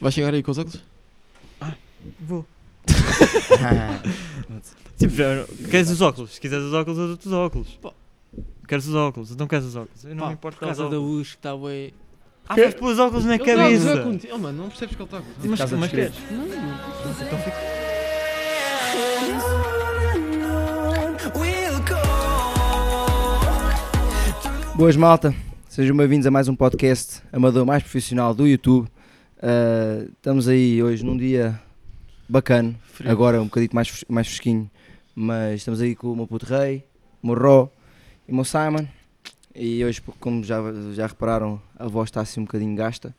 Vai chegar aí com os óculos? Vou. Tipo, já- queres os óculos? Se quiseres os óculos, eu dou-te os óculos. Pá. Queres os óculos? Não queres os óculos? Eu não Pá, me importo por com os causa da óculos. luz que está bué. Ah, vais pôr os óculos na Ele tá a gozar cabeça. contigo. Oh, mano, não percebes que ele está a gozar. Mas, Estás a mas descrever. queres? Não, não. Então fica. Boas malta, sejam bem-vindos a mais um podcast amador mais profissional do YouTube. Ah, estamos aí hoje num dia bacana, Frio. agora um bocadinho mais, fres- mais fresquinho, mas estamos aí com o meu puto Rei, o meu Ró e o meu Simon. E hoje, po- como já, já repararam, a voz está assim um bocadinho gasta.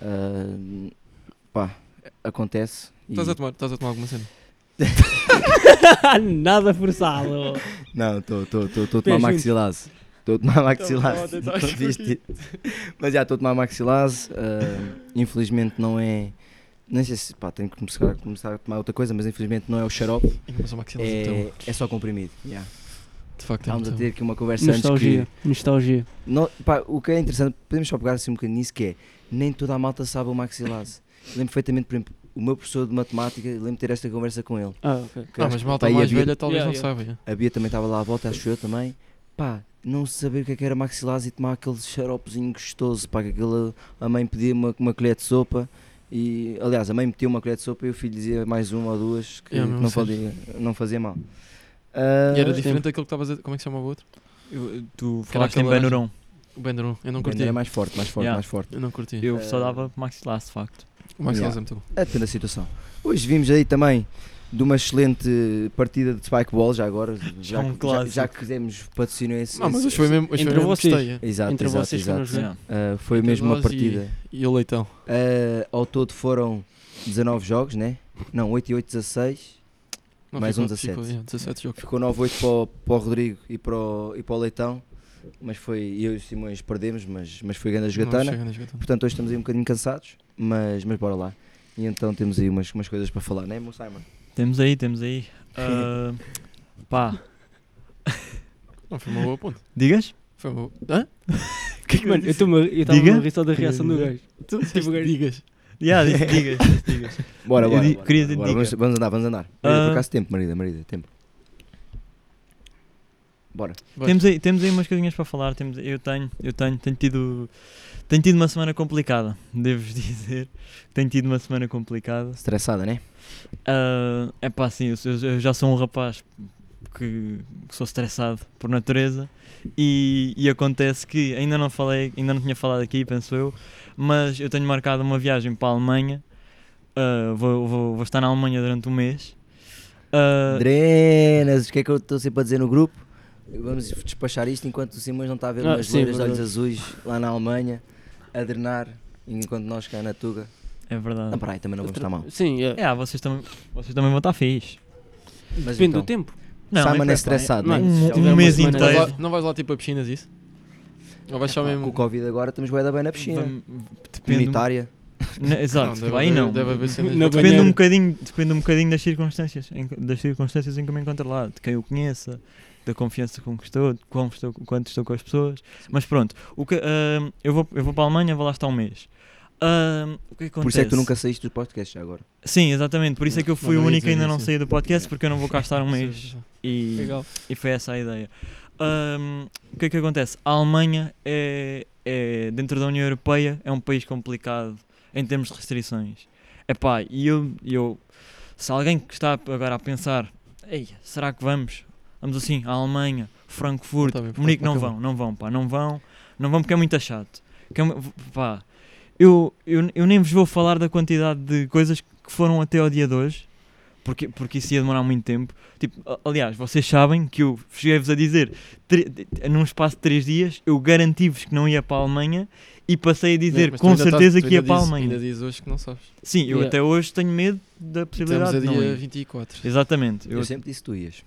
Ah, pá, acontece. E- Estás a tomar, estás a tomar alguma cena? Ah, Nada forçado. Não, estou a tomar Pés maxilase. Estou a tomar maxilase. Então, pronto, então, Viste? Mas já estou a tomar maxilase. ah, infelizmente não é. Nem sei se. Pá, tenho que começar, começar a tomar outra coisa, mas infelizmente não é o xarope. Mas o maxilas então. É, é só comprimido. Yeah. De facto, é Estávamos a muito ter aqui uma conversa antes que. Nostalgia. Nostalgia. Não- pá, o que é interessante, podemos só pegar assim um bocadinho nisso, que é nem toda a malta sabe o maxilase. Lembro perfeitamente, por exemplo, o meu professor de matemática, lembro de ter esta conversa com ele. Ah, ok. que Ah, acho mas que, malta pá, e a mais Bia- velha talvez Yeah, não saiba. yeah. A Bia também estava lá à volta, acho eu também. Pá, não saber o que é que era maxilase e tomar aquele xaropezinho gostoso. Pá, que aquela, a mãe pedia uma, uma colher de sopa. E, aliás, a mãe metia uma colher de sopa e o filho dizia mais uma ou duas que, É, mesmo não, sério. fazia, não fazia mal. Ah, E era sim. diferente daquilo que estavas a dizer. Como é que se chama o outro? Tu falaste falaste em em laranja. Benurão. O Benderon. Eu não ainda curti. Era mais forte, mais forte, Yeah. mais forte. Eu não curti. Eu Eh, só dava Max Lass, de facto. O maxilas Yeah. é muito bom. É, Depende da situação. Hoje vimos aí também de uma excelente partida de spikeball, já agora. Já, é um que- já, clássico. já que fizemos patrocínio a esse. Não, mas esse- hoje foi mesmo. Hoje foi Entre mesmo vocês. besteira. Exato, Entre exato, vocês que exato. nos vêm. Yeah. Ah, foi Entre mesmo uma nós e- partida. E o leitão. Uh, ao todo foram 19 jogos, né? Não, 8 e 8, 16. Não, Mais ficou- um 17. ficou, yeah, 17 jogos. Ficou 9 8 para o, para o Rodrigo e para o, e para o Leitão. Mas foi, eu e o Simões perdemos, mas, mas foi grande a Não, jogatana. chega na jogatana. Portanto, hoje estamos aí um bocadinho cansados, mas, mas bora lá. E então temos aí umas, umas coisas para falar, né, meu Simon? Temos aí, temos aí. Ah, pá, Não, foi uma boa ponte. digas? Foi uma boa. Hã? é Mano, eu estou-me a- eu estava Diga? a rir só da reação do gajo. Tu digas. Yeah, disse digas, disse digas. Bora, Eu bora. di- bora, queria bora, dizer bora. diga. Vamos, vamos andar, vamos andar. Marida, Ah. por acaso, tempo, Marida, Marida, tempo. Bora. Vai. Temos aí, temos aí umas coisinhas para falar. Temos, eu tenho, eu tenho, tenho tido, tenho tido uma semana complicada, devo-vos dizer. Tenho tido uma semana complicada. Estressada, né? Ah, é pá, assim, eu, sou- eu já sou um rapaz que, que sou estressado por natureza e, e acontece que ainda não falei, ainda não tinha falado aqui, penso eu, mas eu tenho marcado uma viagem para a Alemanha. Ah, vou, vou, vou estar na Alemanha durante um mês. Ah, Drenas, o que é que eu estou sempre a dizer no grupo? Vamos despachar isto enquanto o Simões não está a ver Ah, umas sim, loiras de verdade. olhos azuis lá na Alemanha a drenar, enquanto nós cá na Tuga. é verdade. Não, peraí, também não vamos estar mal. Sim, é. É, ah, vocês também, vocês também vão estar fixe. Mas Depende então, do tempo. Simon mas é pá, estressado, não é? né? tá Se Um, tiver um uma mês semana Não vais, inteiro. lá, não vais lá tipo a piscinas isso? Ou vais só Pá, mesmo. Com o Covid agora estamos bué da bem na piscina. Vam- Depende. Comunitária. Né, Exato, deve aí haver- não. Deve haver cenas. Não, de- Depende Banheiro. um, bocadinho, depende um bocadinho das circunstâncias, em que- das circunstâncias em que eu me encontro lá, de quem eu conheça, da confiança com que estou, de quão estou, quanto estou com as pessoas. Mas pronto, o que, ah, eu, vou, eu vou para a Alemanha, vou lá estar um mês. Ah, o que acontece? Por isso é que tu nunca saíste do podcast já agora. Sim, exatamente, por isso é que eu fui Não, o não ia único que dizer ainda não isso. saí do podcast, porque eu não vou cá estar um mês. E, Legal. e foi essa a ideia. Ahm, o que é que acontece? A Alemanha é, é, dentro da União Europeia, é um país complicado em termos de restrições. Epá, e eu, e eu se alguém que está agora a pensar, ei, será que vamos? Vamos assim, à Alemanha, Frankfurt, Tá bem, Munique, não Frankfurt, vão, não vão, pá, não vão, não vão porque é muito chato. Que é uma- pá, eu, eu, eu nem vos vou falar da quantidade de coisas que foram até ao dia de hoje, porque, porque isso ia demorar muito tempo. Tipo, a- aliás, vocês sabem que eu cheguei-vos a dizer, tre- num espaço de 3 dias, eu garanti-vos que não ia para a Alemanha e passei a dizer Mas tu com ainda estás- certeza tu que ia ainda para a dizes- Alemanha. Ainda dizes hoje que não sabes. Sim, eu Yeah. até hoje tenho medo da Estamos possibilidade a de não dia ir. 24. Exatamente, eu- Eu sempre disse que tu ias.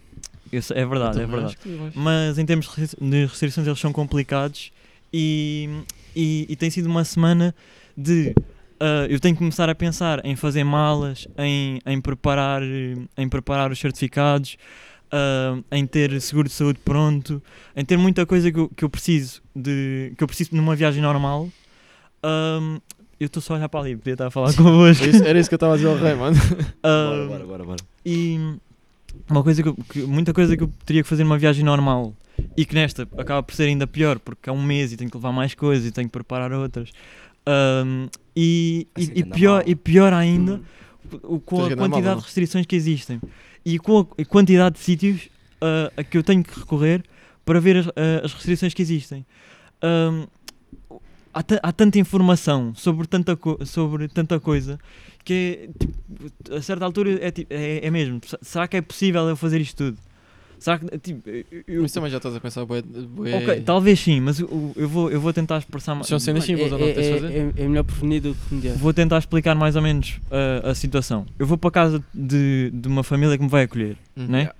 eu sei- é verdade, é Também verdade. acho que tu vais. Mas em termos de restri- de restrições, eles são complicados e, e, e tem sido uma semana de. ah, eu tenho que começar a pensar em fazer malas, em, em, preparar, eh, em preparar os certificados, ah, em ter seguro de saúde pronto, em ter muita coisa que eu, que eu preciso de que eu preciso numa viagem normal. Ahm, Ah, Eu estou só a olhar para ali, podia estar a falar convosco. Era isso- Era isso que eu estava a dizer ao rei, mano. Ah, bora, bora. E uma coisa que, eu- que- muita coisa que eu teria que fazer numa viagem normal e que nesta acaba por ser ainda pior porque há um mês e tenho que levar mais coisas e tenho que preparar outras. Ahm, e, Vai ser e- e ganda pior, mala. e pior ainda, o- com Tens a ganda quantidade mala, não? de restrições que existem e com a qu- quantidade de sítios ah, a que eu tenho que recorrer para ver as, ah, as restrições que existem. Hum, Ahm, há, ta- há tanta informação sobre tanta, co- sobre tanta coisa que é, tipo, a certa altura é, tipo, é, é mesmo. se- Será que é possível eu fazer isto tudo? Será que tipo, eu- eu- Mas também já estás a pensar, bué. bué- um Ok, talvez sim, mas eu, eu vou, eu vou tentar expressar mais. São cenas Mano, simples, ou não? é, Tens de fazer? é, é, é melhor prevenir do que remediar. Vou tentar explicar mais ou menos ah, a situação. Eu vou para a casa de, de uma família que me vai acolher. Hum. né?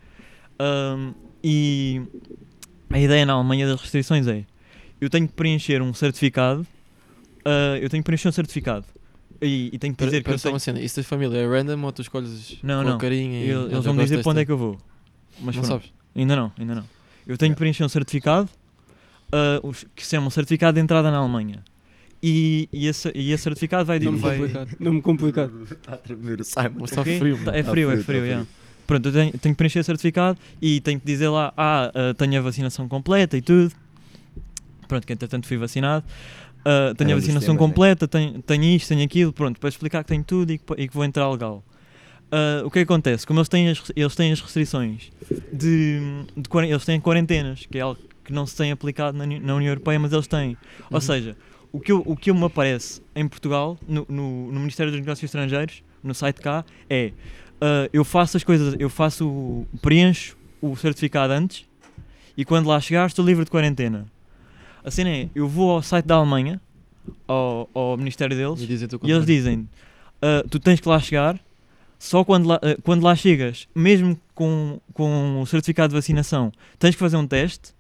Ahm, e a ideia na Alemanha das restrições é: eu tenho que preencher um certificado, ah, eu tenho que preencher um certificado e, e tenho que Para, dizer que para eu só um assim, tenho, uma cena, isso da família é random ou tu escolhes Não, com não. carinho e e eles eles vão me dizer para onde é que eu vou. Mas Não pronto, sabes? ainda não, ainda não. Eu tenho que preencher um certificado, ah, os- que se chama um certificado de entrada na Alemanha. E, e, esse, e esse certificado vai, Não me vai, complicado. Não me complicado. Está a tremer o Simon. Mas está Ok? frio, Tá- mano. É Tá frio, é frio, tá frio, yeah. frio. Pronto, eu tenho, tenho que preencher o certificado e tenho que dizer lá, ah, ah, tenho a vacinação completa e tudo. Pronto, que entretanto fui vacinado. Ah, tenho É a um dos vacinação temas, né? completa, tenho, tenho isto, tenho aquilo, pronto, para explicar que tenho tudo e que, po- e que vou entrar legal. Ah, o que acontece? Como eles têm as, re- eles têm as restrições de, de quaren- eles têm quarentenas, que é algo que não se tem aplicado na, Uni- na União Europeia, mas eles têm. Ou Uhum. seja, o que, eu- o que eu me aparece em Portugal, no, no- no Ministério dos Negócios Estrangeiros, no site cá, é ah, eu faço as coisas, eu faço, o- preencho o certificado antes e quando lá chegar estou livre de quarentena. A cena é, eu vou ao site da Alemanha, ao, ao Ministério deles, E dizem-te o e eles contrário. dizem: "Ah, tu tens que lá chegar, só quando lá, ah, quando lá chegas, mesmo com, com o certificado de vacinação, tens que fazer um teste.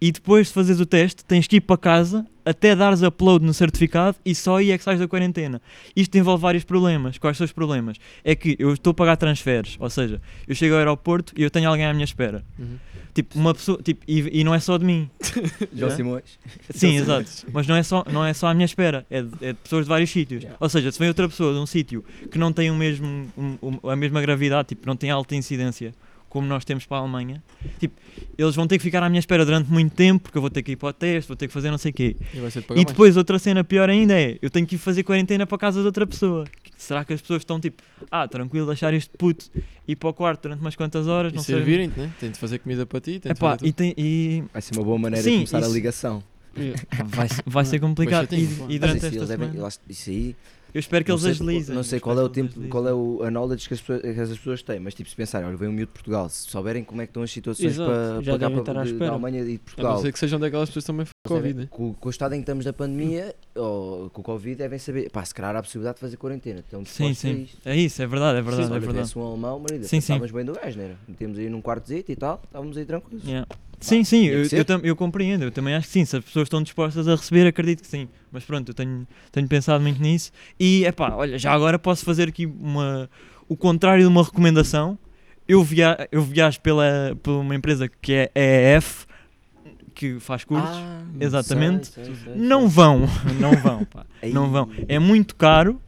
E depois de fazeres o teste, tens que ir para casa até dares upload no certificado e só aí é que sais da quarentena. Isto envolve vários problemas. Quais são os problemas? É que eu estou a pagar transferes, ou seja, eu chego ao aeroporto e eu tenho alguém à minha espera. Uhum. Tipo, uma pessoa, tipo, e, e não é só de mim. João Yeah. Simões. Sim, exato. Mas não é só, não é só à minha espera, é de, é de pessoas de vários sítios. Yeah. Ou seja, se vem outra pessoa de um sítio que não tem o mesmo, um- um- a mesma gravidade, tipo, não tem alta incidência como nós temos para a Alemanha, tipo, eles vão ter que ficar à minha espera durante muito tempo, porque eu vou ter que ir para o teste, vou ter que fazer não sei o quê. E vai ser de pagar E mais. depois outra cena pior ainda é, eu tenho que ir fazer quarentena para a casa de outra pessoa. Será que as pessoas estão tipo, ah, tranquilo, deixar este puto ir para o quarto durante umas quantas horas, E não sei. servirem-te, né? Tem de fazer comida para ti, tem de Epá, fazer e, tudo. tem, e Vai ser uma boa maneira Sim, de começar isso- a ligação. pá, vai, ser- vai ser complicado. chatinho, claro. E, e Mas durante isso, esta eles devem- semana... eu acho- isso aí Eu espero que não eles sei- agilizem. Não sei eu qual é o espero que eles tempo, qual é o, a knowledge que as, pessoas, que as pessoas têm, mas tipo, se pensarem, olha, veio um miúdo de Portugal, se souberem como é que estão as situações Exato, para, já para cá devem para estar à de- da espera. Alemanha e de A não Portugal. ser que sejam daquelas pessoas que também com Percebem? Covid, né? Com, com o estado em que estamos da pandemia, ou com o Covid, devem saber, pá, se calhar há a possibilidade de fazer quarentena. Então, Sim, sim. É isso, é verdade, é verdade, Sim, é olha, verdade. tivesse um alemão, marido, Sim, sim. estávamos bem do gajo, não era? Metemos aí num quartozito e tal, estávamos aí tranquilos. Yeah. Sim, sim, tinha eu, que eu, ser. tam- eu compreendo, eu também acho que sim, se as pessoas estão dispostas a receber, acredito que sim. Mas pronto, eu tenho, tenho pensado muito nisso. E é pá, olha, já agora posso fazer aqui uma, o contrário de uma recomendação. Eu, via, eu viajo pela, por uma empresa que é EF, que faz cursos. Ah, Exatamente. sei, sei, sei, não sei. vão, não vão, pá, não Ei. vão. É muito caro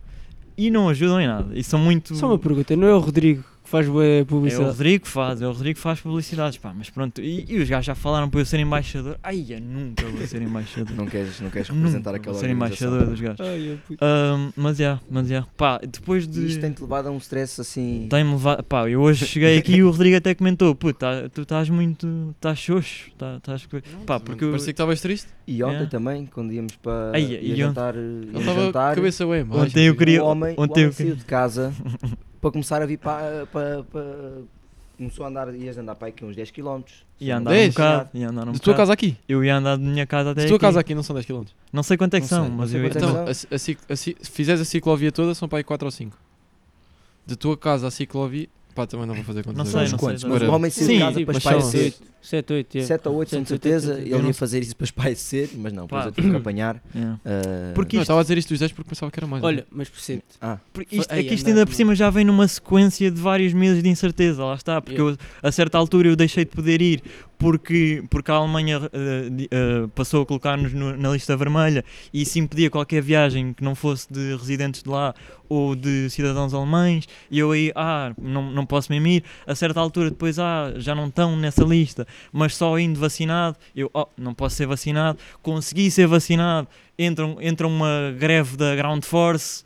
e não ajudam em nada. E são muito. Só uma pergunta, não é o Rodrigo que faz boa É o publicidade? Rodrigo que faz, é o Rodrigo que faz publicidades, pá, mas pronto, e, e os gajos já falaram para eu ser embaixador. Ai, eu nunca vou ser embaixador. Não queres, não queres nunca representar vou aquela ser organização. embaixador dos gajos. Ai, eu puto. Ahm, mas é, mas é. Pá, depois E isto de. tem-te levado a um stress assim. Tem-me levado. Pá, eu hoje cheguei aqui e o Rodrigo até comentou: Pô, tá- tu estás muito. estás xoxo. tá- Estás. co-" Pá, porque eu. Parecia que estavas triste. E ontem É. também, quando íamos para Ai, ia e jantar, ia Ele estava jantar, com a cabeça né? bem baixa. Ontem eu queria- o homem, o ontem homem eu queria- saiu de casa para começar a vir para, para, para- começou a andar, ias andar para aqui uns 10 km. Ia andar um Deixa. bocado. Ia andar um De tua bocado. casa aqui. Eu ia andar de minha casa até. De tua aqui. casa aqui não são 10 km. Não sei quanto é que Não são, sei, não mas sei eu quanto é que ia. Então, a, a, ci- a, ci- se fizeres a ciclovia toda, são para aí 4 ou 5. De tua casa à ciclovia. Pá, também não vou fazer contas Não sei, agora. Uns não quantos, sei. mas o Agora- homem saiu Sim, de casa sim, para mas são espairecer. esses. 7, 8, é. 7 ou 8, com Sete, oito, certeza, oito, oito. ele não- ia fazer isso para espairecer, mas não, depois Pá. eu tive que apanhar. Yeah. ah, Não, eu estava a dizer isto dos 10 porque pensava que era mais. né? Olha, mas percebo ah, Por isto, Ei, é que isto André, ainda por não. cima já vem numa sequência de vários meses de incerteza, lá está, porque eu, a certa altura eu deixei de poder ir porque, porque a Alemanha eh, di- eh, passou a colocar-nos no- na lista vermelha e isso impedia qualquer viagem que não fosse de residentes de lá ou de cidadãos alemães. E eu aí, ah, não, não posso mesmo ir. A certa altura, depois, ah, já não estão nessa lista, mas só indo vacinado. Eu, oh, não posso ser vacinado. Consegui ser vacinado. Entra, um- entra uma greve da Ground Force.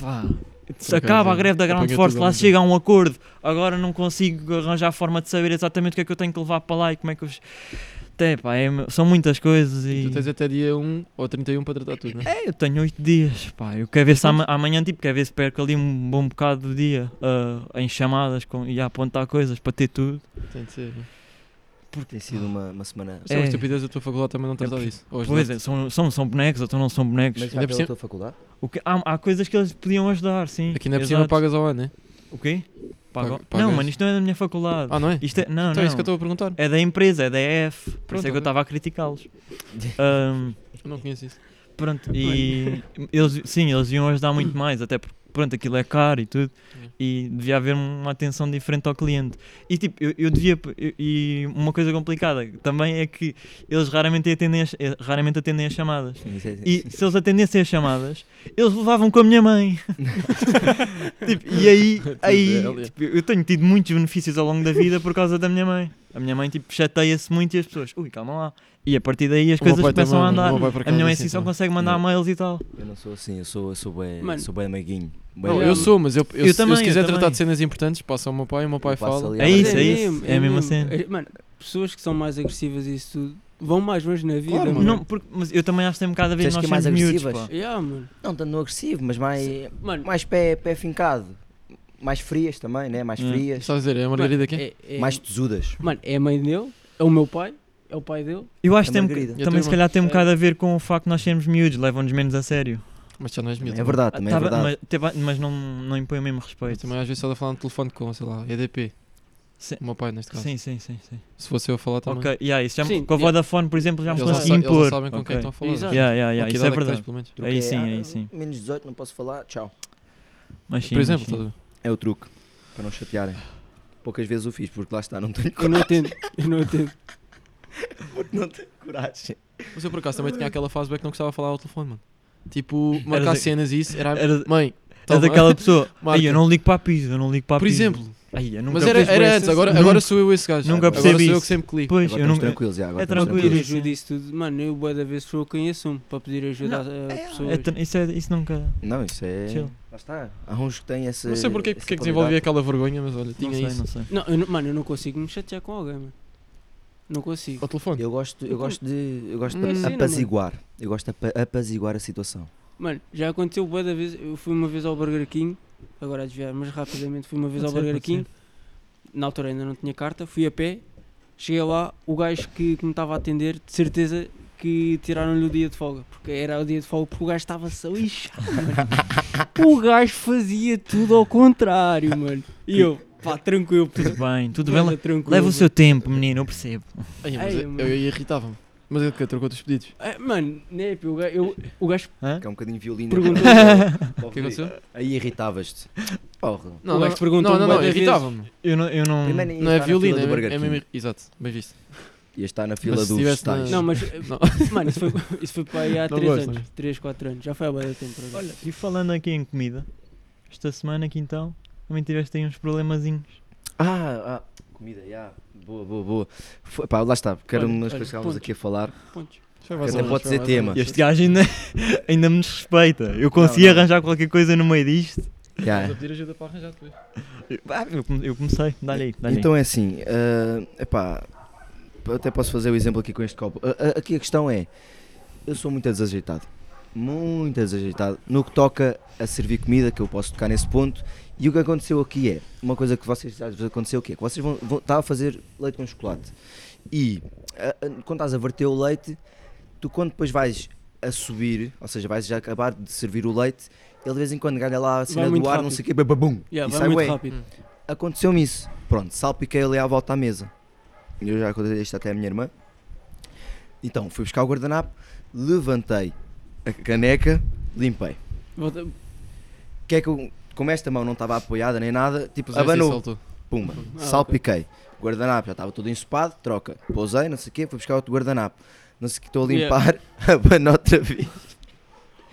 Pá, se acaba a greve da Ground Apanhou Force, tudo lá ao se mesmo chega a um acordo. Agora não consigo arranjar a forma de saber exatamente o que é que eu tenho que levar para lá e como é que eu. Até, pá, é- são muitas coisas e. Tu tens até dia 1 ou 31 para tratar tudo, né? É, eu tenho 8 dias, pá. Eu quero ver se ama- amanhã, tipo, quero ver se perco ali um bom bocado do dia ah, em chamadas com, e a apontar coisas para ter tudo. Tem de ser. né? Tem sido uma, uma semana. Mas é uma É. estupidez da tua faculdade também não tratar porque- disso. Hoje Pois não. é, são, são, são bonecos ou então não são bonecos. Mas Ainda já por pela cima- tua faculdade? O que, há, há coisas que eles podiam ajudar, sim. Aqui na piscina exato. pagas ao ano, né? O quê? Paga- Paga- pagas. Não, mano, isto não é da minha faculdade. Ah, não é? Isto é. Não, então é não. isso que eu estou a perguntar. É da empresa, é da EF. Por Pronto, isso é que ok. eu estava a criticá-los. Ahm, Eu não conheço isso. Pronto, e eles, sim, eles iam ajudar muito mais, até porque pronto, aquilo é caro e tudo, Yeah. e devia haver uma atenção diferente ao cliente. E tipo, eu, eu devia, eu- e uma coisa complicada também é que eles raramente atendem as, eh, raramente atendem as chamadas. é E se eles atendessem as chamadas, eles levavam com a minha mãe. Tipo, e aí, aí Tudo é, tipo, eu tenho tido muitos benefícios ao longo da vida por causa da minha mãe. A minha mãe tipo, chateia-se muito e as pessoas, ui, calma lá. E a partir daí as O meu coisas pai começam também, a o meu andar. pai por A acaso minha mãe é assim assim só também. consegue mandar Não. mails e tal. Eu não sou assim, eu sou, eu sou bem, Mano. sou bem meiguinho. Bem Não, eu meiguinho. sou, mas eu, eu, Eu se- também, se quiser eu tratar também. de cenas importantes, passa ao meu pai, o meu pai Eu passo fala. ali É à isso, é frente. isso. É a mesma mesmo. cena. É, Mano, pessoas que são mais agressivas e isso tudo vão mais longe na vida, Claro, mano. Não, porque, mas eu também acho que tem um bocado a ver Tens nós que ir mais sermos miúdos, agressivas. pá. Yeah, mano. Não tanto no agressivo, mas mais, Mano, mais pé, pé fincado. Mais frias também, né? Mais Hum. frias. Estás a dizer, é a Margarida aqui? é, é, Mais tesudas. mano, é a mãe dele, é o meu pai, é o pai dele. Eu acho É que tem um Margarida. boca- E a também tua se irmã? calhar tem um É. bocado a ver com o facto de nós sermos miúdos, levam-nos menos a sério. Mas já não és miúdo. É verdade, também é Tá bem, verdade. mas, tá bem, mas não, não impõe o mesmo Mas respeito. também às vezes estás a falar no telefone com, sei lá, EDP. Sim. O meu pai, neste caso. Sim, sim, sim. sim. Se fosse eu a falar também. Ok, yeah, isso já me- Sim, com a yeah. Vodafone, por exemplo, já me Eles, não não sa- consegui sabem, eles impor. não sabem com quem Ok. estão a falar. Exato. Yeah, yeah, yeah, Ou que isso é idade que verdade. tens, pelo menos. Truque Aí é, sim, ah, aí sim. Menos 18, não posso falar, tchau. Mas sim, Por exemplo, mas sim. estás a ver? É o truque, para não chatearem. Poucas vezes o fiz, porque lá está, não tenho, Eu não atendo, eu não atendo. não tenho coragem. Mas eu por acaso também tinha aquela fase bem que não gostava de falar ao telefone, mano. Tipo, Era marcar de- cenas e isso era. era de- Mãe, é toma. daquela pessoa. tá Marca. Ai, eu não ligo para a pizza, eu não ligo para a Por pizza. exemplo. Ai, eu nunca Mas era, fiz era bué antes, essas- agora, Nunca- agora sou eu esse gajo. nunca agora percebi sou eu isso. que sempre clico. Pois, agora eu estamos nunca. tranquilos, já, agora é estamos tranquilo. Pedir tranquilos. ajuda isso tudo. Mano, eu boa da vez sou eu conheço-me para pedir ajuda a, a pessoas. É tra- isso, é, isso nunca. Não, isso é... Chill. Lá está, há uns que têm essa Não sei porque, essa porque é que qualidade. desenvolvi aquela vergonha, mas olha, tinha não sei, isso. não sei. Não, eu não- mano, eu não consigo me chatear com alguém, mano. Não consigo. Ao telefone. Eu gosto, eu Eu gosto de, eu gosto Hum, de sim, não, apaziguar. Eu gosto de apa- apaziguar a situação. Mano, já aconteceu boa da vez. Eu fui uma vez ao Burger King, agora a desviar, mas rapidamente fui uma vez Pode ao ser, Burger pode King. Na altura ainda não tinha carta, fui a pé. Cheguei lá, o gajo que, que me estava a atender, de certeza que tiraram-lhe o dia de folga. Porque era o dia de folga, porque o gajo estava-se a lixar. mano. o gajo fazia tudo ao contrário, mano. E eu, pá, tranquilo, Tudo bem, tudo Manda bem. tranquilo, Leva o mano. seu tempo, menino, eu percebo. Ai, mas Ai, eu, mano. eu irritava-me. Mas ele que trocou dos pedidos. É, mano, né, pio, o gajo, eu- o gajo Hã? Que é um bocadinho violino. Perguntou- Porra, é O que aconteceu? Aí irritavas-te. Porra. Não, gajo não, perguntou-me não, não, bué não da vez. irritava-me. Eu não. Eu não... Primeiro ia Não é estar na fila violino, do é, Burger mesmo- é mesmo. King. ir- Exato, bem visto. Ia estar na Mas fila se dos estivesse na- Ah, vegetais. Não, mas. Não. Mano, isso foi, isso foi para aí há Não 3 gosto, anos. 3, 4 anos. Já foi há bastante tempo. por acaso. Olha, e falando aqui em comida, esta semana aqui então, também tiveste aí uns problemazinhos. Ah, ah, comida, já. Boa, boa, boa. Foi, pá, lá está, porque era Olha, uma das olha, coisas que estávamos pontos. aqui a falar. pontos. Cada um pode dizer tema. Este gajo ainda, ainda me desrespeita. Eu consegui Não, não. arranjar qualquer coisa no meio disto. Já. Vou pedir ajuda para arranjar depois. Ah, Eu, come- eu comecei, dá-lhe aí. Dá-lhe Então é assim, ah, epá, até posso fazer o exemplo aqui com este copo. A- a- aqui a questão é, eu sou muito desajeitado, muito desajeitado, no que toca a servir comida, que eu posso tocar nesse ponto, e o que aconteceu aqui é, uma coisa que vocês às vezes aconteceu o quê? Que vocês vão, vão tá a fazer leite com chocolate, e ah, ah, quando estás a verter o leite, tu quando depois vais a subir, ou seja, vais já acabar de servir o leite, ele de vez em quando ganha lá a cena do muito ar, não rápido. sei o quê, bababum, Yeah, e vai sai muito é bué rápido. aconteceu-me isso. Pronto, salpiquei ali à volta à mesa. Eu já contei isto até à minha irmã. Então, fui buscar o guardanapo, levantei a caneca, limpei. Volta- Que é que eu, como esta mão não estava apoiada nem nada, tipo, Abanou. abanou. Saltou. pumba, Ah, salpiquei. Guardanapo já estava todo ensopado, troca. Pousei, não sei o quê, fui buscar outro guardanapo. Não sei o que, estou a limpar a banana outra vez.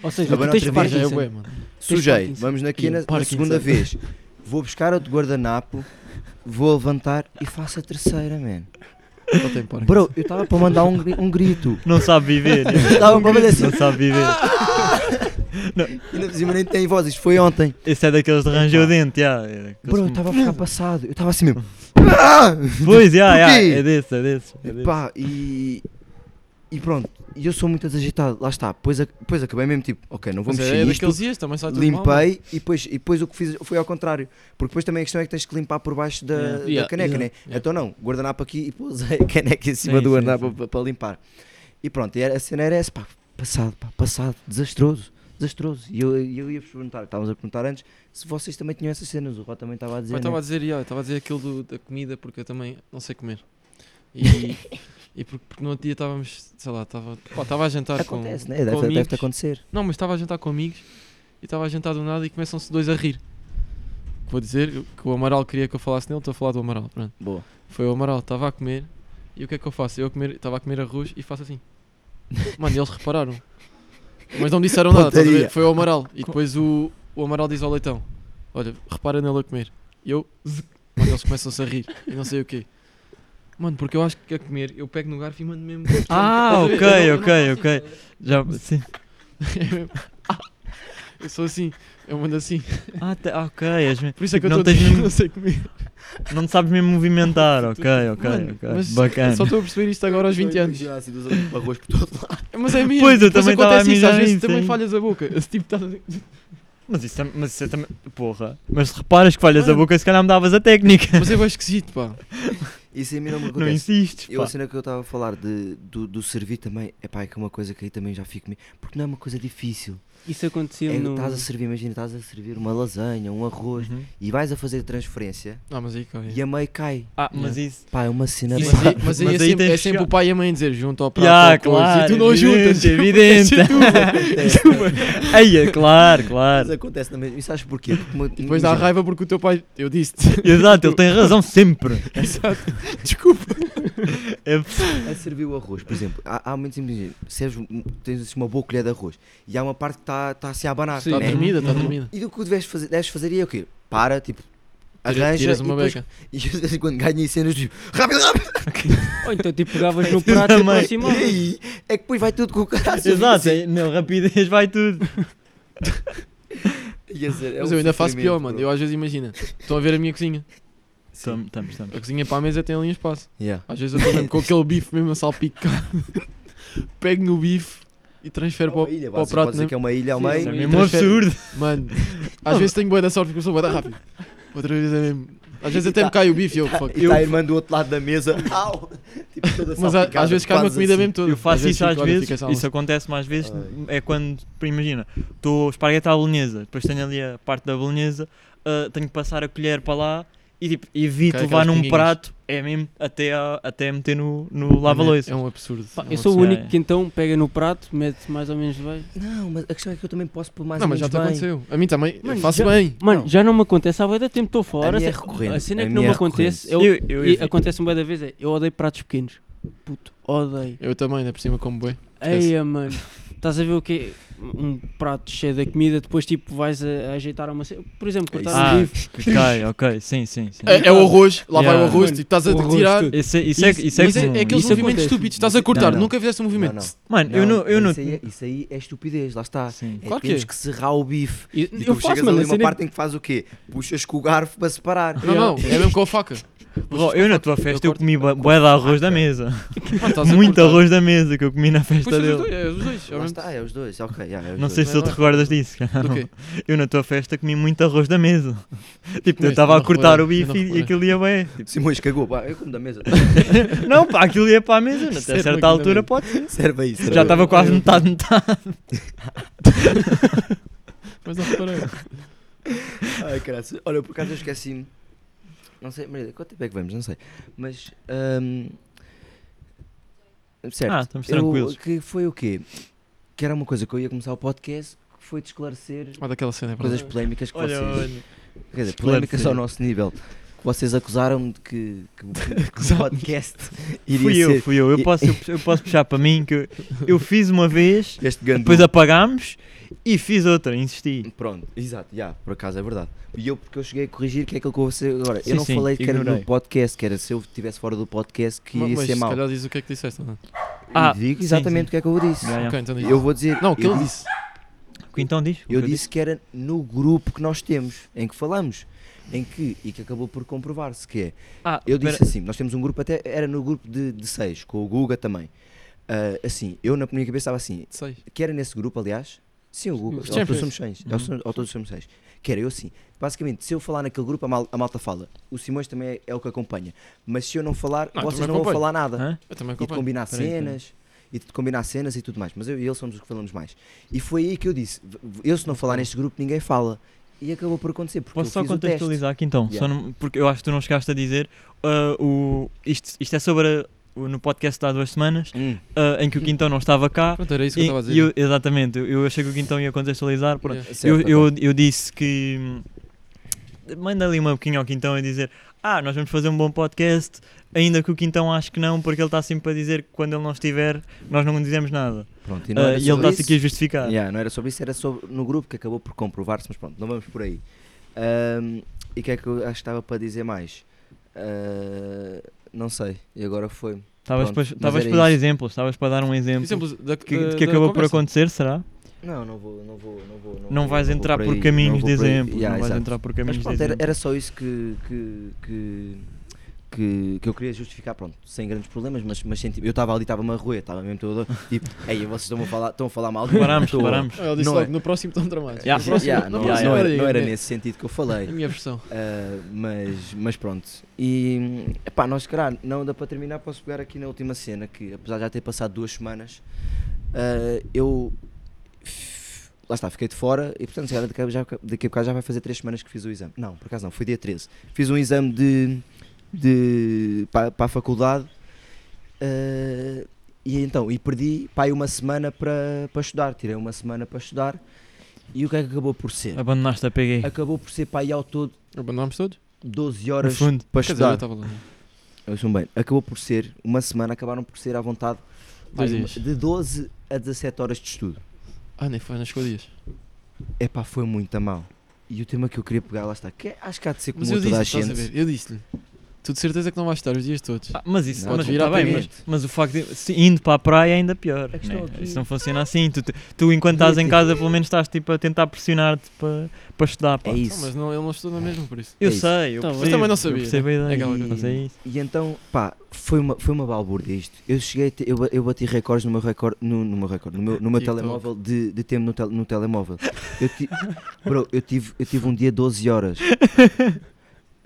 Ou seja, Ah, tu bem, tens outra Mas já é Parkinson. bué, mano. Sujei, Parkinson. vamos Ih, aqui na, na Parkinson. segunda vez. Vou buscar outro guardanapo, vou levantar e faço a terceira, man. Só tem Parkinson. Bro, eu estava para mandar um, gri- um grito. Não sabe viver. né? Estava para mandar assim. não sabe viver. Ainda por cima nem tem voz, isto foi ontem. Esse é daqueles de ranger o dente, já. É, aqueles Bro, tá eu que- estava a ficar passado. Eu estava assim mesmo. Pois, já, já, Porquê? é desse, é desse. É desse. Pá, e. E pronto, e eu sou muito desagitado, lá está. Depois, ac- depois acabei mesmo tipo, ok, não vou Mas mexer é nisto. daqueles dias, também sai tudo mal, mano. Limpei e depois, e depois o que fiz foi ao contrário. Porque depois também a questão é que tens que limpar por baixo da, Yeah. da Yeah, caneca, yeah, né? yeah. Então não, guardanapo aqui e pousei a caneca em cima Sim, do sim, guardanapo sim. para, para limpar. E pronto, e era- a cena era essa, pá, passado, pá, passado, desastroso, desastroso. E eu, e eu ia vos perguntar, estávamos a perguntar antes, se vocês também tinham essas cenas, o Ró também estava a Eu dizer. estava a né? dizer, yeah, eu estava a dizer aquilo do- da comida porque eu também não sei comer. E, e porque, porque no outro dia estávamos, sei lá, estava pá, estava a jantar Acontece, com. né? Deve, com deve-te amigos. acontecer. Não, mas estava a jantar com amigos e estava a jantar do nada e começam-se dois a rir. Vou dizer que o Amaral queria que eu falasse nele, estou a falar do Amaral. Pronto. Boa. Foi o Amaral, estava a comer e o que é que eu faço? Eu a comer- estava a comer arroz e faço assim. Mano, eles repararam. Mas não disseram nada, estás a ver? Pontaria. foi o Amaral. E depois o, o Amaral diz ao leitão: Olha, repara nele a comer. E eu, zuc. mano, eles começam-se a rir e não sei o quê. Mano, porque eu acho que a comer, eu pego no garfo e mando mesmo. Ah, Estás a ver? ok, Eu não- eu ok, não faço ok. Já, sim. Eu sou assim, eu mando assim. Ah, tá- ah, ok. és me- Por isso é que eu não, estou a tens dizer que mesmo- não sei comer. não te sabes mesmo movimentar. Ok, ok, Mano, ok. mas Bacana. Só estou a perceber isto agora aos 20 Então, anos. assim, arroz por todo lado. Mas é mesmo. Pois, eu depois também estava a acontece isto, mijar às vezes nisso, também sim. falhas a boca. Esse tipo tá- Mas isso, tam- mas isso é também. Porra. Mas se reparas que falhas a Mano. boca, se calhar mudavas a técnica. Mas é bem esquisito, pá. Isso a mim não me Não acontece. insistes. Eu, Pá. a cena que eu estava a falar de, do, do servir também, é pá, é que é uma coisa que aí também já fico meio. Porque não é uma coisa difícil. Isso acontecia É, no. Estás a servir, imagina, estás a servir uma lasanha, um arroz Uhum. e vais a fazer transferência Não, mas aí cara, e a mãe cai. Ah, mas isso. Pá, é uma cena. Mas, Sim. aí, mas aí Mas é, sempre, aí tens é sempre que chegar- o pai e a mãe dizer junto ao prato Ya, ou coisa, claro, e tu não evidente, juntas. evidente. É tu. acontece, Aí, é claro, mas claro. acontece na mesma. E sabes porquê? Porque uma- E depois dá imagina, raiva porque o teu pai. Eu disse-te. é Exato, ele tem razão sempre. Exato. Desculpa. É A servir o arroz, por exemplo, há, há momentos em que imagina, serves, um- tens assim, uma boa colher de arroz e há uma parte que está tá assim a abanar. Está né? dormida, está Uhum. dormida. E do que deves fazer, deves fazer é o quê? Para, tipo, Tira- arranja Tiras e uma depois- beca. é E eu, de vez em quando ganhei cenas tipo, rápido, rápido! Ou então tipo pegavas no prato e Também. E aproximavas. aí, é que depois vai tudo com o caralho. Exato, assim. é- na rapidez vai tudo. Ia ser, é Mas um eu ainda faço sofrimento, pior, mano. bro. Eu às vezes imagina. Estão a ver a minha cozinha. Estamos, estamos, estamos. A cozinha para a mesa tem ali um espaço. Yeah. Às vezes eu estou mesmo com aquele bife mesmo a salpicar. Pego no bife e transfero Uma para, o- ilha, para o vocês prato. podem dizer né? que é uma ilha ao Sim, Isso é sim. meio. mesmo um Transfere- absurdo. Mano, às vezes tenho boa da sorte porque eu sou boa da rápido. Outra vez é mesmo. Às vezes até me cai o bife e Tá eu, fuck. E está a irmã do outro lado da mesa. Au! Tipo, toda Mas a- salpicada, às vezes cai uma quase comida assim. mesmo toda. Eu faço isso às fico, olha, fica vezes, essa isso acontece mais vezes, Ah, Ai. é quando, pá, imagina, estou esparguete à bolonhesa, depois tenho ali a parte da bolonhesa, ah, tenho que passar a colher para lá e tipo, evito Cai levar aquelas num pinguinhas. prato, é mesmo até, a- até meter no, no aula. lava-loiça. É um absurdo. Pá, é um eu sou o absurdo. Yeah, único que então pega no prato, mete mais ou menos bem. Não, mas a questão é que eu também posso pôr mais Não, ou mas já menos te bem. aconteceu. A mim também. Eu Mano, faço já- bem. Mano, Não. já não me acontece há bué da tempo, estou fora. A minha é a- recorrente, a cena a que não minha me é acontece, eu, Eu- eu e evito. acontece-me bué da vez, é, eu odeio pratos pequenos. Puto, odeio. Eu também, ainda por cima, como boi. Esquece. Eia, mano. Estás a ver o quê? Um prato cheio da comida, depois tipo vais a, a ajeitar uma cena. Por exemplo, É cortar Ah, um bife. que cai, ok, sim, sim, sim. É, é o arroz, lá vai Yeah. o arroz, Mano, tipo, estás a o arroz, tirar. tudo. Isso é, isso é, Isso- isso é mas comum. aqueles Isso movimentos acontece. estúpidos, estás a Não, cortar, não. nunca fizeste um movimento. Não, Mano, eu não... Eu não assim. Ah, Isso, aí, é- isso aí é estupidez, lá está. sim. É Claro que que temos é. que serrar o bife. E- E eu tu faço, Tipo, chegas mano. ali a a uma cena- é parte em que faz o quê? Puxas com o garfo para separar. Não, não, é mesmo com a faca. Bro, eu na tua festa eu É, corto- comi bué de arroz da mesa. Mano, estás a Muito cortar. arroz da mesa que eu comi na Pois festa é, os dele. dois, é, os dois. é Lá mesmo. está, é os dois, ok. yeah, é os Não dois. sei se Não, tu te não. recordas disso, cara. Do quê? Eu na tua festa comi muito arroz da mesa. Tipo, eu Comeste, estava eu a não cortar reparei, o bife eu não e- e aquilo ia bem. Tipo, Simões cagou, pá, eu como da mesa. não, pá, aquilo ia para a mesa. Até Serve aqui certa é na altura mesa. pode ser. Serve aí, serve Já aí. estava quase eu- metade, metade. Mas não reparei. Ai, caraças. Olha, por acaso eu esqueci-me. Não sei, Maria, quanto tempo é que vamos? Não sei. Mas. hum, certo. Ah, estamos Eu- tranquilos. que foi o quê? Que era uma coisa que eu ia começar o podcast, que foi de esclarecer Mas daquela cena é coisas verdade. polémicas que Olha, vocês. olha. Quer dizer, polémicas esclarecer. ao nosso nível. que vocês acusaram-me de que, que o- que o Acusaram-me. podcast iria Fui eu, ser fui eu. Eu posso, eu, eu posso puxar para mim que eu, eu fiz uma vez, este gandu. depois apagámos e fiz outra, insisti. Pronto, exato, já, por acaso é verdade. E eu, porque eu cheguei a corrigir, que é aquilo que eu vou ser agora. Sim, eu não sim, falei que era ignorei. no podcast, que era se eu estivesse fora do podcast que Ma- ia mas ser se mau. calhar diz o que é que disseste, não é? Ah, E digo sim, exatamente sim. o que é que eu disse. Já, já. Ok, então diz. Eu vou dizer. Não, o que eu ele di- disse. Então diz. o que Eu disse que era no grupo que nós temos, em que falamos, em que, e que acabou por comprovar-se, que é Ah, Eu disse espera. assim, nós temos um grupo até, era no grupo de, de seis, com o Guga também. Ah, assim, eu na minha cabeça estava assim, Sei. que era nesse grupo, aliás, sim, o Guga, Os ou Champions. todos somos seis, ou Uhum. somos- ou todos somos seis, que era eu assim. Basicamente, se eu falar naquele grupo, a, mal- a malta fala. O Simões também é, é o que acompanha. Mas se eu não falar, Não, eu vocês também não vão acompanho. falar nada Ah, Hã? Eu também e de acompanho. combinar Peraí, peraí. cenas e de combinar cenas e tudo mais. Mas eu e ele somos os que falamos mais. E foi aí que eu disse: "V- v- eu se não falar neste grupo, ninguém fala. E acabou por acontecer. Porque Posso eu só fiz o teste. contextualizar aqui então, só Yeah. não- porque eu acho que tu não chegaste a dizer. ah, o, isto, isto é sobre a- o- no podcast de há duas semanas, Hum, ah, em que o Quintão não estava cá. Pronto, É era isso que eu e- estava a dizer. e eu- exatamente, eu- eu achei que o Quintão ia contextualizar. Pronto. Yeah. certo, Eu, ok. eu, eu disse que. hum, Manda ali uma boquinha ao Quintão a dizer: Ah, nós vamos fazer um bom podcast. Ainda que o Quintão acho que não, porque ele está sempre para dizer que quando ele não estiver, nós não dizemos nada. Pronto, e Ah, não era e ele sobre está-se isso. aqui a justificar. Yeah, não era sobre isso, era sobre no grupo que acabou por comprovar-se, mas pronto, não vamos por aí. Ahm, e o que é que eu acho que estava para dizer mais? Ah, não sei, e agora foi. Estavas Pronto, para, mas estavas era para dar isso. exemplos, estavas para dar um exemplo Exemplos da, que, da- de que da acabou por conversa. acontecer, será? Não, não vou, não vou, não vou. Não vou- vais vou entrar por por aí, caminhos não de vou por aí. exemplos. Yeah, Não vais exato. entrar por Mas caminhos de pronto, era, exemplos. era só isso que, que, que, que, que eu queria justificar, pronto, sem grandes problemas, mas, mas senti, eu estava ali, estava-me a roer, estava mesmo todo, tipo, ei, vocês estão a falar, estão a falar mal de mim, Parámos, estou-" parámos. Ah, Ele disse Não logo, é. no próximo tão dramático. Yeah. No próximo- Yeah, no não, próximo não era, aí, não era né? nesse sentido que eu A falei, minha versão. ah, mas, mas pronto. E, epá, nós, caralho, não dá para terminar, posso pegar aqui na última cena, que apesar de já ter passado duas semanas, ah, eu, f- lá está, fiquei de fora e, portanto, se calhar daqui a, já, daqui a bocado já vai fazer três semanas que fiz o exame. Não, por acaso não, foi dia 13. Fiz um exame de, de, para, para a faculdade ah, e então, e perdi, pá, aí uma semana para, para estudar, tirei uma semana para estudar e o que é que acabou por ser? Abandonaste a PG. Acabou por ser, pá, aí ao todo Abandonámos todos? 12 No horas fundo. para Quer dizer, então- eu estava estudar. lá. Ouçam bem, acabou por ser, uma semana, acabaram por ser à vontade vai, Dois dias. de 12 a 17 horas de estudo. Ah, nem foi nas escolhias. Epá, foi muito a mal. E o tema que eu queria pegar, lá está, que é- acho que há de ser como Mas eu toda disse-lhe, a estás a gente. ver? Eu disse-lhe. Tu de certeza que não vais estar os dias todos. Ah, mas isso, Não, mas, pode virar tá bem, para mas, mim. mas o facto de se indo para a praia é ainda pior. A questão né? aqui- Isso não funciona assim. Tu, te- tu, enquanto estás em casa, pelo menos estás tipo, a tentar pressionar-te para, para estudar. pá. É Não, isso. então, mas não, ele não estudou na mesma, por isso. Eu É isso. sei, eu Tá percebo, bem. Mas também não eu sabia. percebo a ideia, É aquela coisa. mas é isso. E então, pá, foi uma, foi uma balbúrdia isto. Eu cheguei, a ter- eu, ba- eu bati recordes no meu recorde, no, no meu recorde, no meu, no meu TikTok. telemóvel, de, de tempo no, tel- no telemóvel. Eu ti- bro, eu tive, eu tive um dia 12 horas.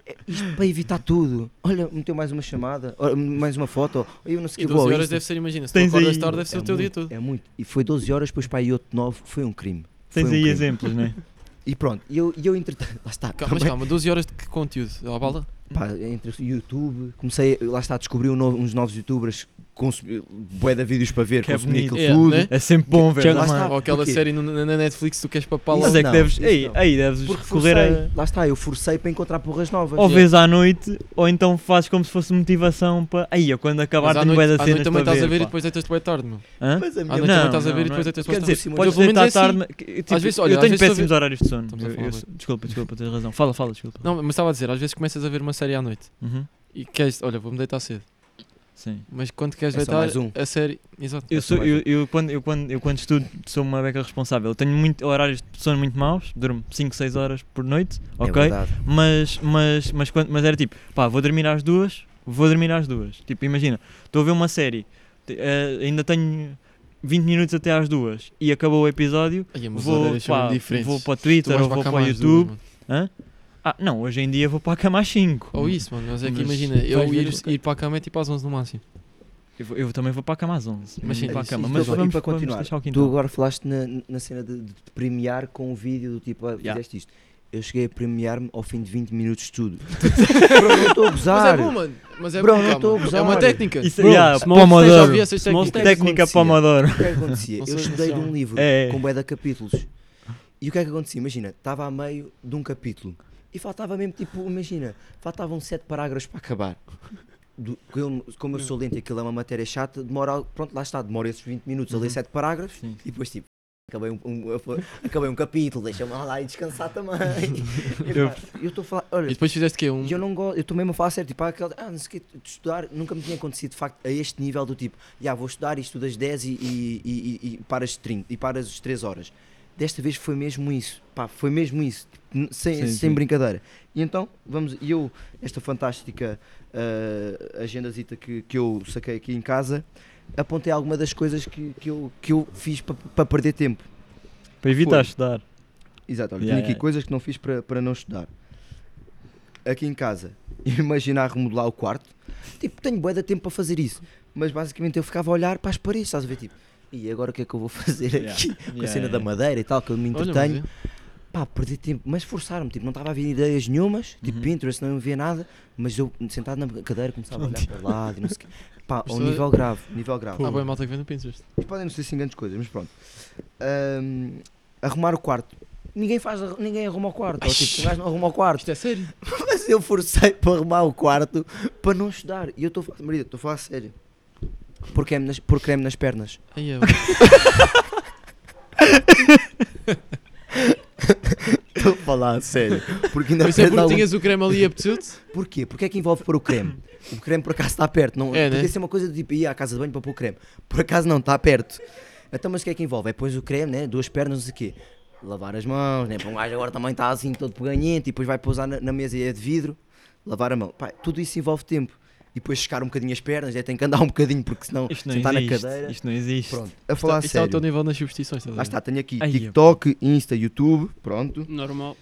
É, Isto para evitar tudo. Olha, meteu mais uma chamada, olha, mais uma foto. Eu não sei E o que vou 12 ao horas Insta. deve ser, imagina, se tu Tens acordas aí- tarde deve ser É o teu dia muito, todo. É muito. E foi 12 horas, depois para aí outro 9, foi um crime. Foi Tens um aí crime. exemplos, né? E pronto, e eu, e eu entretanto, lá está, Calma, mas também- calma, 12 horas de que conteúdo? À bala? pá, entre o YouTube, comecei, lá está, a descobrir um novo- uns novos youtubers, consumi, bué de vídeos para ver, Que é consumir bonito. aquilo É, tudo. né? É sempre bom ver. Tiago, não lá é? está. Ou aquela porquê? série no- na na Netflix que tu queres para a Mas lá. é que Não, deves. isso Aí, não. aí deves Porque recorrer forcei, a. lá está, eu forcei para encontrar porras novas. Ou Yeah. vês à noite, ou então fazes como se fosse motivação para. Aí, eu quando acabar Mas à tenho bué noite, da à noite cenas também para estás a ver e ver. pá. depois deitas-te bem tarde, meu. Hã? Mas a À noite é, minha ah, não, também estás a ver não, e depois não. deitas-te Quer bem dizer, tarde. se- Eu, Podes pelo menos, deitar é assim. tarde. que- tipo, vezes- olha, eu às tenho vezes estou a péssimos horários de sono. Estamos a Eu- falar, eu- Desculpa, desculpa, tens razão. Fala, fala, desculpa. Não, mas estava a dizer, às vezes começas a ver uma série à noite Uhum, e queres, olha, vou-me deitar cedo. Sim. Mas quando queres É só deitar, mais um. a série. Exato. Eu, Eu sou, também eu, eu quando, eu, quando, eu quando estudo sou uma beca responsável. Eu tenho muito, horários de sono muito maus, durmo 5, 6 horas por noite, É ok? mas, mas, mas, quando, mas era tipo, pá, vou dormir às duas, vou dormir às duas. Tipo, imagina, estou a ver uma série, te- eh, ainda tenho 20 minutos até às duas e acabou o episódio, Ai, mas vou, olha, são pá, diferentes. vou para o Tu Twitter vais ou para a vou para cama o às duas, YouTube. mano. Ah, não, hoje em dia vou para a cama às 5. Ou isso, mano. Mas é que Mas imagina, vais eu ver ir, o que- ir para a cama é tipo às 11 no máximo. Eu, vou- eu também vou para a cama às 11. Mas sim, para a isso- cama. isso Mas também. vamos, E para vamos continuar, deixar o Tu quintal. agora falaste na, na cena de, de te premiar com um vídeo do tipo, ah, Yeah. fizeste isto. Eu cheguei a premiar-me ao fim de 20 minutos de estudo. Bro, não estou a Mas gozar. é bom, mano. Mas é Bro, bom, não estou a calma. É gozar. uma técnica. Isso Bro, yeah, small Eu já Pomodoro. vi essas é Small técnicas. steps. Técnica acontecia. Pomodoro. O que é que acontecia? Não sei eu se estudei de funciona. um livro É. com bué de capítulos. E o que é que acontecia? Imagina, estava a meio de um capítulo E faltava mesmo, tipo, imagina, faltavam sete parágrafos para acabar. Do- como, eu- como eu sou lento e aquilo é uma matéria chata, demora, al- pronto, lá está, demora esses 20 minutos a ler Uhum. sete parágrafos Sim. e depois, tipo, acabei um, um- eu fa- acabei um capítulo, deixa-me lá e descansar também. E, Eu- pá, eu estou a falar, olha, E depois fizeste o quê? Um... e eu não gosto, eu estou mesmo a falar sério, tipo, há aquela, ah, não sei o quê, de estudar, nunca me tinha acontecido de facto a este nível do tipo, já vou estudar e estudas 10 e, e, e, e, e paras 30 e paras as 3 horas. Desta vez foi mesmo isso, pá, foi mesmo isso, tipo, n- sem, Sim, sem sim. brincadeira. E então, vamos, e eu, esta fantástica ah, agendazita que, que eu saquei aqui em casa, apontei alguma das coisas que, que, eu, que eu fiz para perder tempo. Para evitar Foi. estudar. Exato, olha, Yeah, tenho aqui yeah. coisas que não fiz para para não estudar. Aqui em casa, imaginar remodelar o quarto, tipo, tenho bué de tempo para fazer isso, mas basicamente eu ficava a olhar para as paredes, estás a ver, tipo, e agora o que é que eu vou fazer aqui? Yeah. Com a Yeah, cena yeah. é. da madeira e tal, que eu me Olha, entretenho, pá, perdi tempo, mas forçaram-me, tipo, não estava a haver ideias nenhumas, tipo, Uhum. Pinterest, não via nada, mas eu sentado na cadeira começava a olhar para o lado e não sei o quê. Pá, ao Isso é- nível grave, nível grave. mas é- Há boa malta que vem no Pinterest. Mas podem não ser assim grandes coisas, mas pronto. Ahm, arrumar o quarto. Ninguém faz, ninguém arruma o quarto. Ou, tipo, um gajo não arruma o quarto. Isto é sério? Mas eu forcei para arrumar o quarto para não estudar. E eu estou a falar, Maria, estou a falar a sério. Por creme nas, por creme nas pernas. Ai, eu... Estou a falar a sério. Porque ainda Mas é fez porque algum... tinhas o creme ali e apeteceu-te? Porquê? Porque é que envolve pôr o creme? O creme por acaso está perto. Não, É, né? podia ser uma coisa do tipo ir à casa de banho para pôr o creme. Por acaso não, está perto. Então, mas o que é que envolve? É pôs o creme, né? duas pernas, não sei o quê. Lavar as mãos, né? Para um gajo agora também está assim todo peganhento e depois vai pousar na, na mesa e é de vidro. Lavar a mão. Pá, tudo isso envolve tempo. E depois secar um bocadinho as pernas, né? tem que andar um bocadinho porque senão Isto não sentar na existe. cadeira. Isto não existe. Pronto, a falar Isto é o sério. teu nível nas superstições, estás a Lá está, ver? tenho aqui Ai, TikTok, Insta, YouTube, pronto. Normal.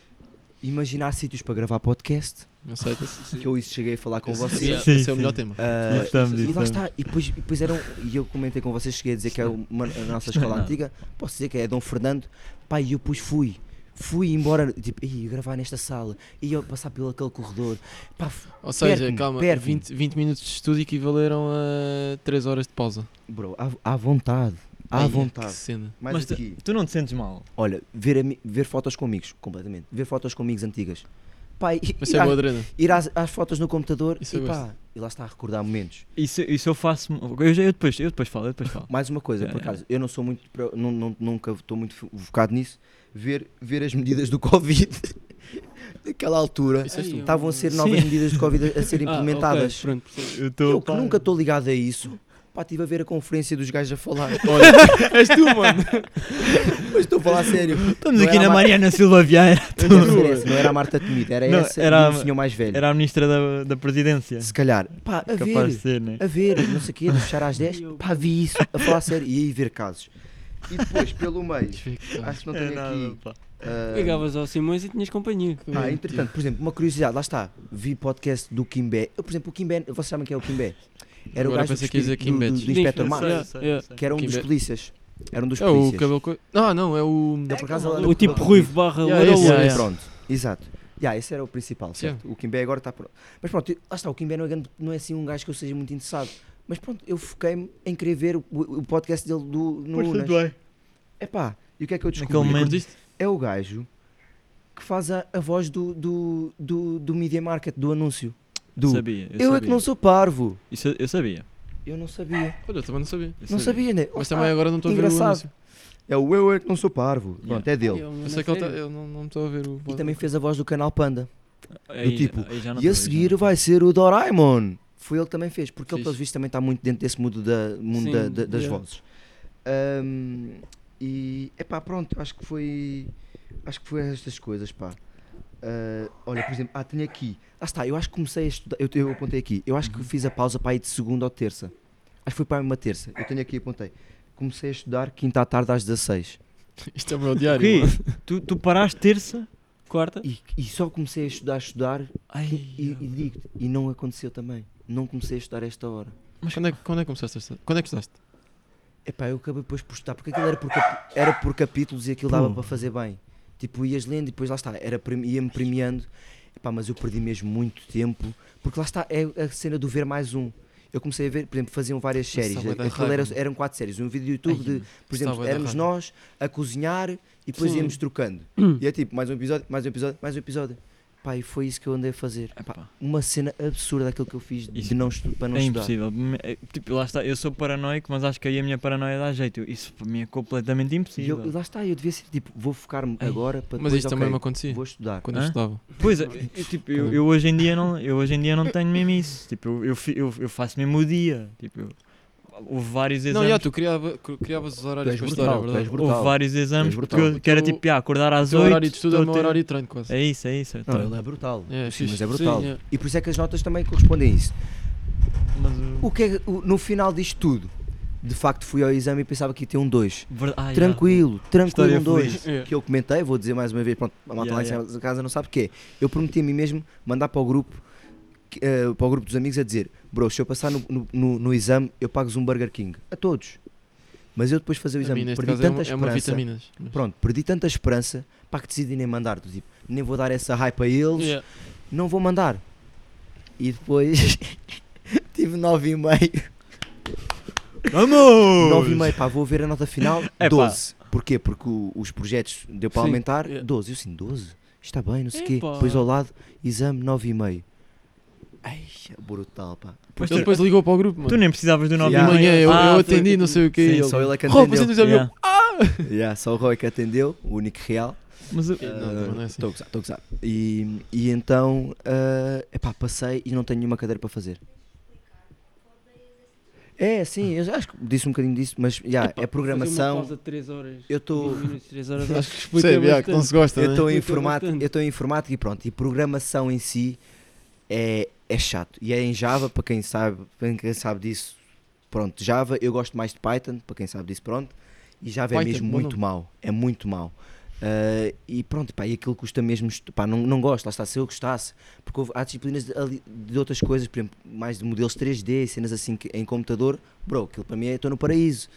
Imaginar sítios para gravar podcast, Não sei. Esse que eu isso cheguei a falar com vocês. Yeah. Sim, esse é o sim. melhor tema. Ah, Nós estamos, e lá estamos. está, e depois, e depois eram, e eu comentei com vocês, cheguei a dizer que é uma, a nossa escola nada. antiga, posso dizer que é Dom Fernando, pá, e eu depois fui, fui embora, tipo, ia gravar nesta sala, ia passar pelo aquele corredor, pá, f- Ou seja, perco-me, calma, perco-me. 20, 20 minutos de estudo equivaleram a 3 horas de pausa. bro, à, à vontade, à Ai, é Que vontade. cena. Mais Mas aqui, tu não te sentes mal. olha, ver, ami- ver fotos com amigos, completamente, ver fotos com amigos antigas, pá, e, Mas ir, isso é às- boa adrena. ir às, às fotos no computador, Isso é eu e pá, e lá está a recordar momentos. Isso, isso eu faço. Eu, já- eu depois, eu depois falo, eu depois falo. Mais uma coisa, Yeah, por acaso, eu não sou muito, pro- não, não- nunca estou muito fo- focado nisso, ver, ver as medidas do Covid naquela altura. Isso é Ai, tu. Estavam a ser Sim. novas medidas de Covid a, a ser Ah, implementadas. ok, pronto, percebo. Eu, Eu que nunca estou ligado a isso, pá, estive a ver a conferência dos gajos a falar. Olha, és tu, mano. Mas estou a falar a sério. Estamos Não aqui era na a Mar- Mariana Silva Vieira. Deve ser essa, Não era a Marta Temida, era Não, essa era era a- o senhor mais velho. Era a ministra da, da presidência. Se calhar. Pá, a ver, Capaz de ser, né? a ver, não sei o quê, de fechar às 10. Pá, vi isso, a falar a sério. E aí ver casos. E depois, pelo meio, acho É que não tenho aqui... ah, Ligavas ao Simões e tinhas companhia. Ah, entretanto, por exemplo, uma curiosidade, lá está. Vi podcast do Kimbé. Eu, por exemplo, o Kimbé, vocês sabem quem é o Kimbé? Era Agora o gajo pensei do, que ia dizer do- Kimbé. do, do Sim, Inspector sim, Max, sei, sei, sei. que era um dos Kimbé. polícias. Era um dos É o polícias. cabelo. Co... Ah, não, é o. É, por acaso, O tipo ruivo barra Yeah, loiro, esse, loiro. yeah, yeah. Pronto, exato. Yeah, esse era o principal, certo? O Kimbé agora está pronto. Mas pronto, lá está, o Kimbé não é, grande- não é assim um gajo que eu seja muito interessado. Mas pronto, eu foquei-me em querer ver o, o podcast dele do, no Unas. Epá, e o que é que eu descobri? Naquele momento. Curtiste? É o gajo que faz a, a voz do, do, do, do media market, do anúncio. Do, Sabia, Eu, eu, é sabia. que não sou parvo. Isso eu- eu sabia. Eu não sabia. Olha, eu também não sabia. eu não sabia, né? Mas Lá também é está. agora não estou a ver o engraçado. anúncio. É o eu é que não sou parvo. Pronto, é dele. Eu sei que ele tá, eu não não estou a ver o. E também fez a voz do canal Panda. Aí- tipo, aí já não e a tô, aí já seguir não tô. vai ser o Doraemon. Foi ele que também fez, porque ele, Fixe. pelos vistos, também está muito dentro desse mundo, da, mundo Sim, da- da- das yeah. vozes. Ahm, e, epá, pronto, acho que foi. Acho que foi estas coisas, pá. Ah, olha, por exemplo, ah, tenho aqui. Ah, está, eu acho que comecei a estudar. Eu, eu apontei aqui. Eu acho Uhum. que fiz a pausa para ir de segunda ou terça. Acho que foi para aí uma terça. Eu tenho aqui, apontei. Comecei a estudar quinta à tarde às 16. Isto é o meu O diário. quê? mano. Tu, tu paraste terça? Quarta? E, e só comecei a estudar, estudar. Ai, E, e digo-te, e não aconteceu também. Não comecei a estudar a esta hora. Mas quando é, que- quando é que começaste esta? Quando é que estudaste? Epá, eu acabei depois por estudar, porque aquilo era por, cap- era por capítulos e aquilo dava Hum. Pô. para fazer bem. Tipo, ias lendo e depois lá está, era premi- ia-me premiando. Epá, mas eu perdi mesmo muito tempo, porque lá está, é a cena do ver mais um. Eu comecei a ver, por exemplo, faziam várias Isso dá séries. bué da Aquilo era, raiva. eram quatro séries. Um vídeo do YouTube Ai, de, mano, por isso dá bué exemplo, da éramos raiva. Hum. nós a cozinhar e depois Sim. íamos trocando. E é tipo, mais um episódio, mais um episódio, mais um episódio. Pá, e foi isso que eu andei a fazer. Epá, Pá, uma cena absurda aquilo que eu fiz de Isso não estu- para não é estudar. impossível. Me- é, Tipo, lá está, eu sou paranoico, mas acho que aí a minha paranoia dá jeito. Isso para mim é completamente E eu, impossível. lá está, eu devia ser tipo, vou focar-me Ei. agora para Mas depois, isso também é ok, me acontecia vou estudar. assim. quando Hã? eu estudava. Pois é, eu, tipo, eu, eu hoje em dia não, eu hoje em dia não tenho mesmo isso. Tipo, eu, eu, fi- eu, eu faço mesmo o dia. Tipo, eu, houve vários exames. Não, já, tu criava, cri- criavas os Tu horários és para estudar, é brutal, tu és verdade. brutal. houve vários exames É porque brutal. eu- que era Teu- tipo, ah, acordar O às teu 8. horário de estudo é o estou meu a ter- horário de treino quase. É isso, é isso. eu Não, tô- ele é brutal. É, Sim, mas fixe. é brutal. Sim, é. E por isso é que as notas também correspondem a isso. mas o- O que é, o- no final disto tudo, de facto fui ao exame e pensava que ia ter um 2. Ver- ah, já. tranquilo, tranquilo, História um 2. feliz. É. Que eu comentei, vou dizer mais uma vez, pronto, a malta Yeah, lá em cima da casa não sabe o que é. Eu prometi a mim mesmo mandar para o grupo, que, eh, para o grupo dos amigos a dizer, bro, se eu passar no, no, no- no exame, eu pago-vos um Burger King. A todos. Mas eu depois de fazer A o mim, exame, neste perdi caso, é tanta uma, é uma esperança. vitaminas. Mas- Pronto, perdi tanta esperança para que decidi nem mandar. do Tipo, nem vou dar essa hype a eles, Yeah. não vou mandar. E depois tive 9,5. Vamos! 9,5, pá, vou ver a nota final, É pá. 12. Porquê? Porque o- os projetos deu para Sim, aumentar, é. 12. Eu assim, 12? Está bem, não sei o quê. Epá. Depois ao lado, exame 9,5. Ai, brutal, pá. Pois Ele tu, depois ligou para o grupo, tu mano. nem precisavas do 9 De Yeah. manhã eu, ah, eu foi- atendi, não sei o que. Sim, ele... só ele é que Roupa, atendeu. sem dizer, eu- Yeah. Yeah, só o Roy que atendeu, o único real. Mas eu- Não, não, não é assim. Estou a gozar, estou a gozar. E, e então, eh, epá, passei e não tenho nenhuma cadeira para fazer. É, sim, eu já acho que disse um bocadinho disso, mas já, é programação. Fazer uma pausa de 3 horas. Eu estou. 20 minutos, 3 horas. Acho Acho que que Percebe, expliquei yeah, que não se bastante. gosta, Eu né? estou em, Muito informática- importante. eu estou em informática e pronto. E programação em si é, é chato. E é em Java, para quem sabe, para quem sabe disso, pronto. Java, eu gosto mais de Python, para quem sabe disso, pronto. E Java é Python, mesmo bom muito nome. mau. É muito mau. Ah, e pronto, pá, e aquilo custa mesmo. estu- Pá, não, não gosto, lá está. Se eu gostasse, porque houve- há disciplinas de, ali- de outras coisas, por exemplo, mais de modelos 3D, cenas assim que, em computador, bro, aquilo para mim é estou no paraíso.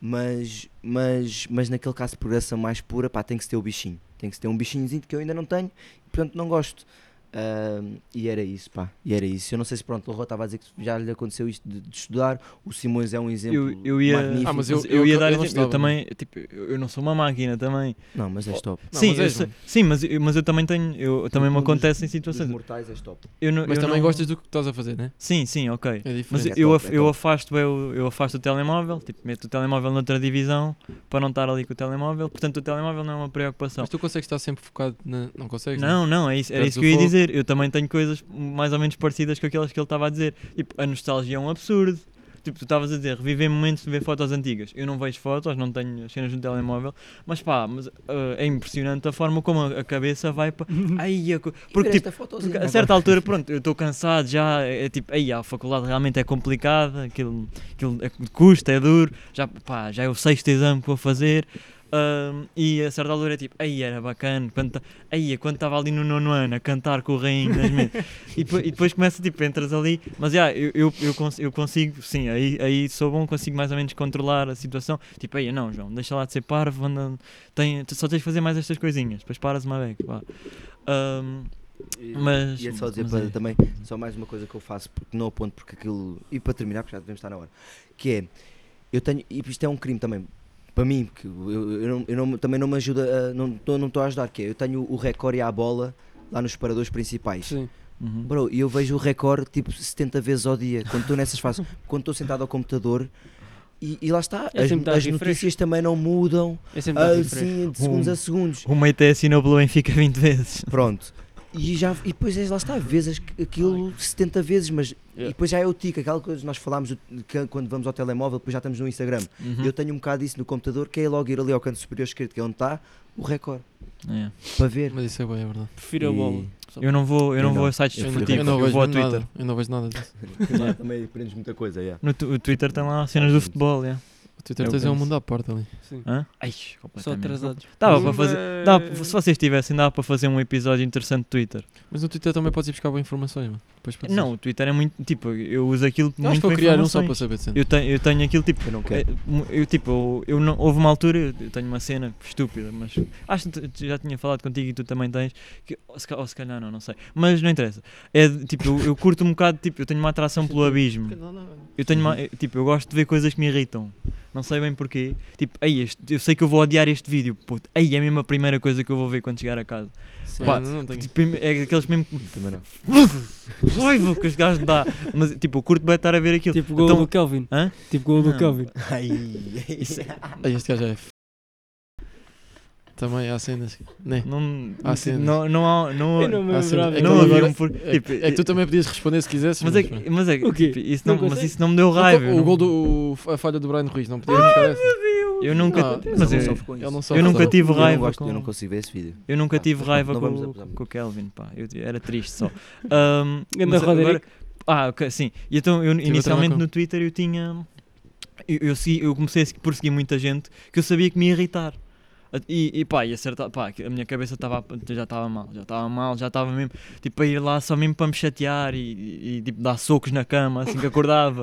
Mas, mas, mas naquele caso de progressão mais pura, pá, tem que se ter o bichinho. Tem que se ter um bichinhozinho que eu ainda não tenho e, portanto, não gosto. Ahm, e era isso, pá. E era isso. Eu não sei se, pronto, o Rô estava a dizer que já lhe aconteceu isto de, de estudar. O Simões é um exemplo Eu- eu ia- magnífico. Ah, mas eu, eu- eu eu- ia eu dar não exemplo. Eu estava, também, tipo, eu eu não sou uma máquina também. Não, mas é és top. Não, sim, mas eu és, sei- mano. sim, mas, eu- mas eu também tenho, eu também me Um dos- acontece em Dos situações. mortais é és top. Eu não, Mas eu também não- gostas do que estás a fazer, né? Sim, sim, ok. É Mas diferente. é eu, top, af- é eu top. afasto eu, eu afasto o telemóvel, tipo, meto o telemóvel noutra divisão para não estar ali com o telemóvel. Portanto, o telemóvel não é uma preocupação. Mas tu consegues estar sempre focado na. Não consegues? né? Não, não, é isso, era Perdes isso o que eu ia foco. dizer. Eu também tenho coisas mais ou menos parecidas com aquelas que ele estava a dizer. Tipo, a nostalgia é um absurdo. Tipo, tu estavas a dizer, reviver momentos de ver fotos antigas. Eu não vejo fotos, não tenho as cenas no telemóvel. Mas pá, mas, ah, é impressionante a forma como a, a cabeça vai para. Ai, a co- Porque, tipo, porque a certa altura, pronto, eu estou cansado já, é, é tipo, aí a faculdade realmente é complicada, aquilo, aquilo é- custa, é duro, já, pá, já é o sexto exame que vou fazer. ahm, e a certa altura é tipo, aí era bacana, quando, ta- aí quando estava ali no nono ano a cantar com o rainho das mesas. e, depo- e depois começa, tipo, entras ali, mas já, eu, eu, eu, cons- eu consigo, sim, aí, aí sou bom, consigo mais ou menos controlar a situação. Tipo, aí não, João, deixa lá de ser parvo, anda, tem, só tens de fazer mais estas coisinhas, depois paras uma beca, vá. Ahm, E- Mas- E é só dizer mas para é. também, só mais uma coisa que eu faço, porque não aponto, porque aquilo. E para terminar, porque já devemos estar na hora. Que é, eu tenho. E isto é um crime também, para mim, porque eu, eu, não- eu não- também não me ajuda, a, não estou não estou a ajudar, que é, eu tenho o recorde e a bola lá nos paradores principais. Sim. uhum. Bro, e eu vejo o recorde tipo 70 vezes ao dia, quando estou nessas fases, quando estou sentado ao computador. E, e lá está, É as, sempre dar as refresco. notícias também não mudam É sempre dar refresco. assim, de segundos Um- a segundos. O Meite assinou pelo Benfica 20 vezes. Pronto. E, já, e depois é, lá está, vezes aquilo 70 vezes, mas e Yeah. depois já é o tico, aquela coisa que nós falámos de que quando vamos ao telemóvel, depois já estamos no Instagram. Uhum. Eu tenho um bocado disso no computador, que é logo ir ali ao canto superior esquerdo, que é onde está o recorde, É. para ver. Mas isso é bem, é verdade. Prefiro a E- bola. Eu não vou, eu não Eu vou não. a sites Eu Eu, fui não- esportivos, eu É eu, não vejo vou ao mesmo Twitter. nada. Eu não vejo nada disso. Lá também aprendes muita coisa, yeah. No tu- o Twitter tem lá cenas do futebol, é. O Twitter Eu tens é um penso. mundo à parte ali. Sim. Hã? Ai, Só atrasados. Dava Mas- para é- fazer, dava- se vocês tivessem, dava para fazer um episódio interessante do Twitter. Mas no Twitter também podes ir buscar boas informações, mano. Depois para Não, o Twitter é muito, tipo, eu uso aquilo Eu acho muito que vou para criar um só para informações. saber de cena. eu tenho, eu tenho aquilo, tipo, Eu não É, quero. mu- Eu, tipo, eu, eu não, houve uma altura, eu eu tenho uma cena estúpida, mas acho que tu- já tinha falado contigo e tu também tens, que, ou, se, ca- ou se calhar não, não sei, mas não interessa. É de- tipo, eu, eu curto um bocado, tipo, eu tenho uma atração pelo abismo. Eu tenho Uhum. uma, eu- tipo, eu gosto de ver coisas que me irritam. Não sei bem porquê. Tipo, ei, este, eu sei que eu vou odiar este vídeo, puto. Ei, é mesmo a primeira coisa que eu vou ver quando chegar a casa. Pá, Não, não, não tenho. Tipo, é aqueles mesmo que. Também não. Ai, vou que os gajos dá. Mas tipo, eu curto bem estar a ver aquilo. Tipo gol Então- do Kelvin. Hã? Tipo gol do Não. Kelvin. Ai, isso é. Ai, este gajo é. f- Também há cenas. que- Né? Não, tipo, Há cenas. não, não, há- não, Eu não me Há cenas- lembrava. é que não tu havia agora- um por- É, tipo, que- é que tu também podias responder se quisesse. Mas é que, mas é que O quê? tipo, isso Não não, mas consegue? isso não me deu Raiva, raiva. eu o não- gol do. o- A falha do Brian Ruiz, não podia buscar essa. Eu nunca. Ah, Não, mas é- eu, Ele não Eu nunca sabe. tive Eu não, raiva. gosto, eu não Com, consigo ver esse vídeo. eu nunca Ah, tive mas raiva não vamos com, abusar muito. com o Kelvin, pá. Eu, era triste só. Ahm, Ganda mas agora- Roderick. Ah, ok, sim. E então, eu, treinar inicialmente com- no Twitter eu tinha. Eu, eu, segui- eu comecei a se- por seguir muita gente que eu sabia que me ia irritar. A- E, e pá, e acertar, pá, que a minha cabeça tava, a- já estava mal, já estava mal, já estava mesmo, tipo, a ir lá só mesmo para me chatear e, e, tipo, dar socos na cama, assim que acordava.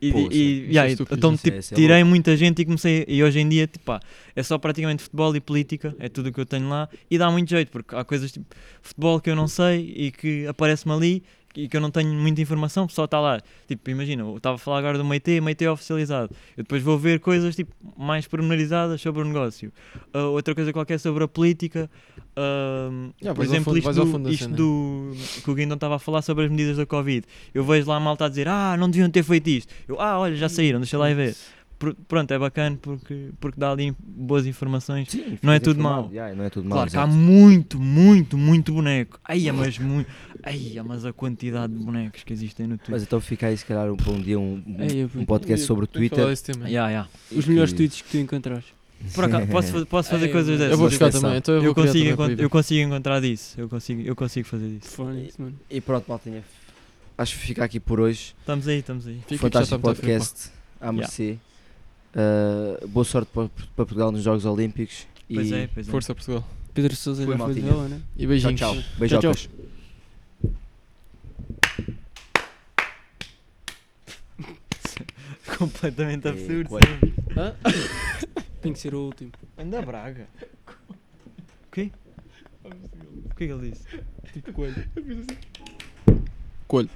E, Poxa, e- isso e, é yeah, estúpido, então, isso é- tipo, isso é tirei louco. muita gente e comecei, e hoje em dia, tipo, pá, é só praticamente futebol e política, é tudo o que eu tenho lá, e dá muito jeito, porque há coisas, tipo, futebol que eu não sei e que aparece-me ali e que eu não tenho muita informação, só está lá. Tipo, imagina, eu estava a falar agora do Meite, Meite é oficializado. Eu depois vou ver coisas tipo, mais pormenorizadas sobre o negócio. Ah, outra coisa qualquer sobre a política. Ah, Yeah, por vais ao exemplo, fundo- isto, vais ao do, fundo da isto cena. do- que o Guindon estava a falar sobre as medidas da Covid. Eu vejo lá a malta a dizer, ah, não deviam ter feito isto. Eu, ah, olha, já saíram, deixa lá ir ver. Pr- pronto, é bacana porque, porque dá ali boas informações. Sim, Não é ficas tudo informado. mau. Yeah, não é tudo mau. Claro que há exato. muito, muito, muito boneco. Ai, é, mas muito. Ai, é, mas a quantidade de bonecos que existem no Twitter. Mas então fica aí, se calhar, um, para um dia um, um- Ei, eu- um podcast sobre o Tem que falar Twitter. desse tema. Ya, ya. e Os melhores que- tweets que tu encontraste. Por acaso, posso, fa- posso fazer Ai, coisas eu- dessas? É, Eu vou Essa buscar seleção. também, então eu, Eu vou criar consigo, também para encont- o eu consigo encontrar disso. Eu consigo, eu consigo fazer isso. Foda-se, mano. E pronto, maltinha. Acho que fica aqui por hoje. Estamos aí, estamos aí. Fica, que já está Fantástico muito a frio, pá. podcast à mercê. Uh, boa sorte para, para Portugal nos Jogos Olímpicos. Pois e é, pois é. Força Portugal. Pedro Sousa Foi, já foi de maltinha. vela, né? E Tchau, beijinhos. tchau. Tchau, tchau. Beijocas. É, Completamente É, absurdo. quase. sim. Tem que ser o último. Anda Braga. O quê? O que é que ele disse? Colho.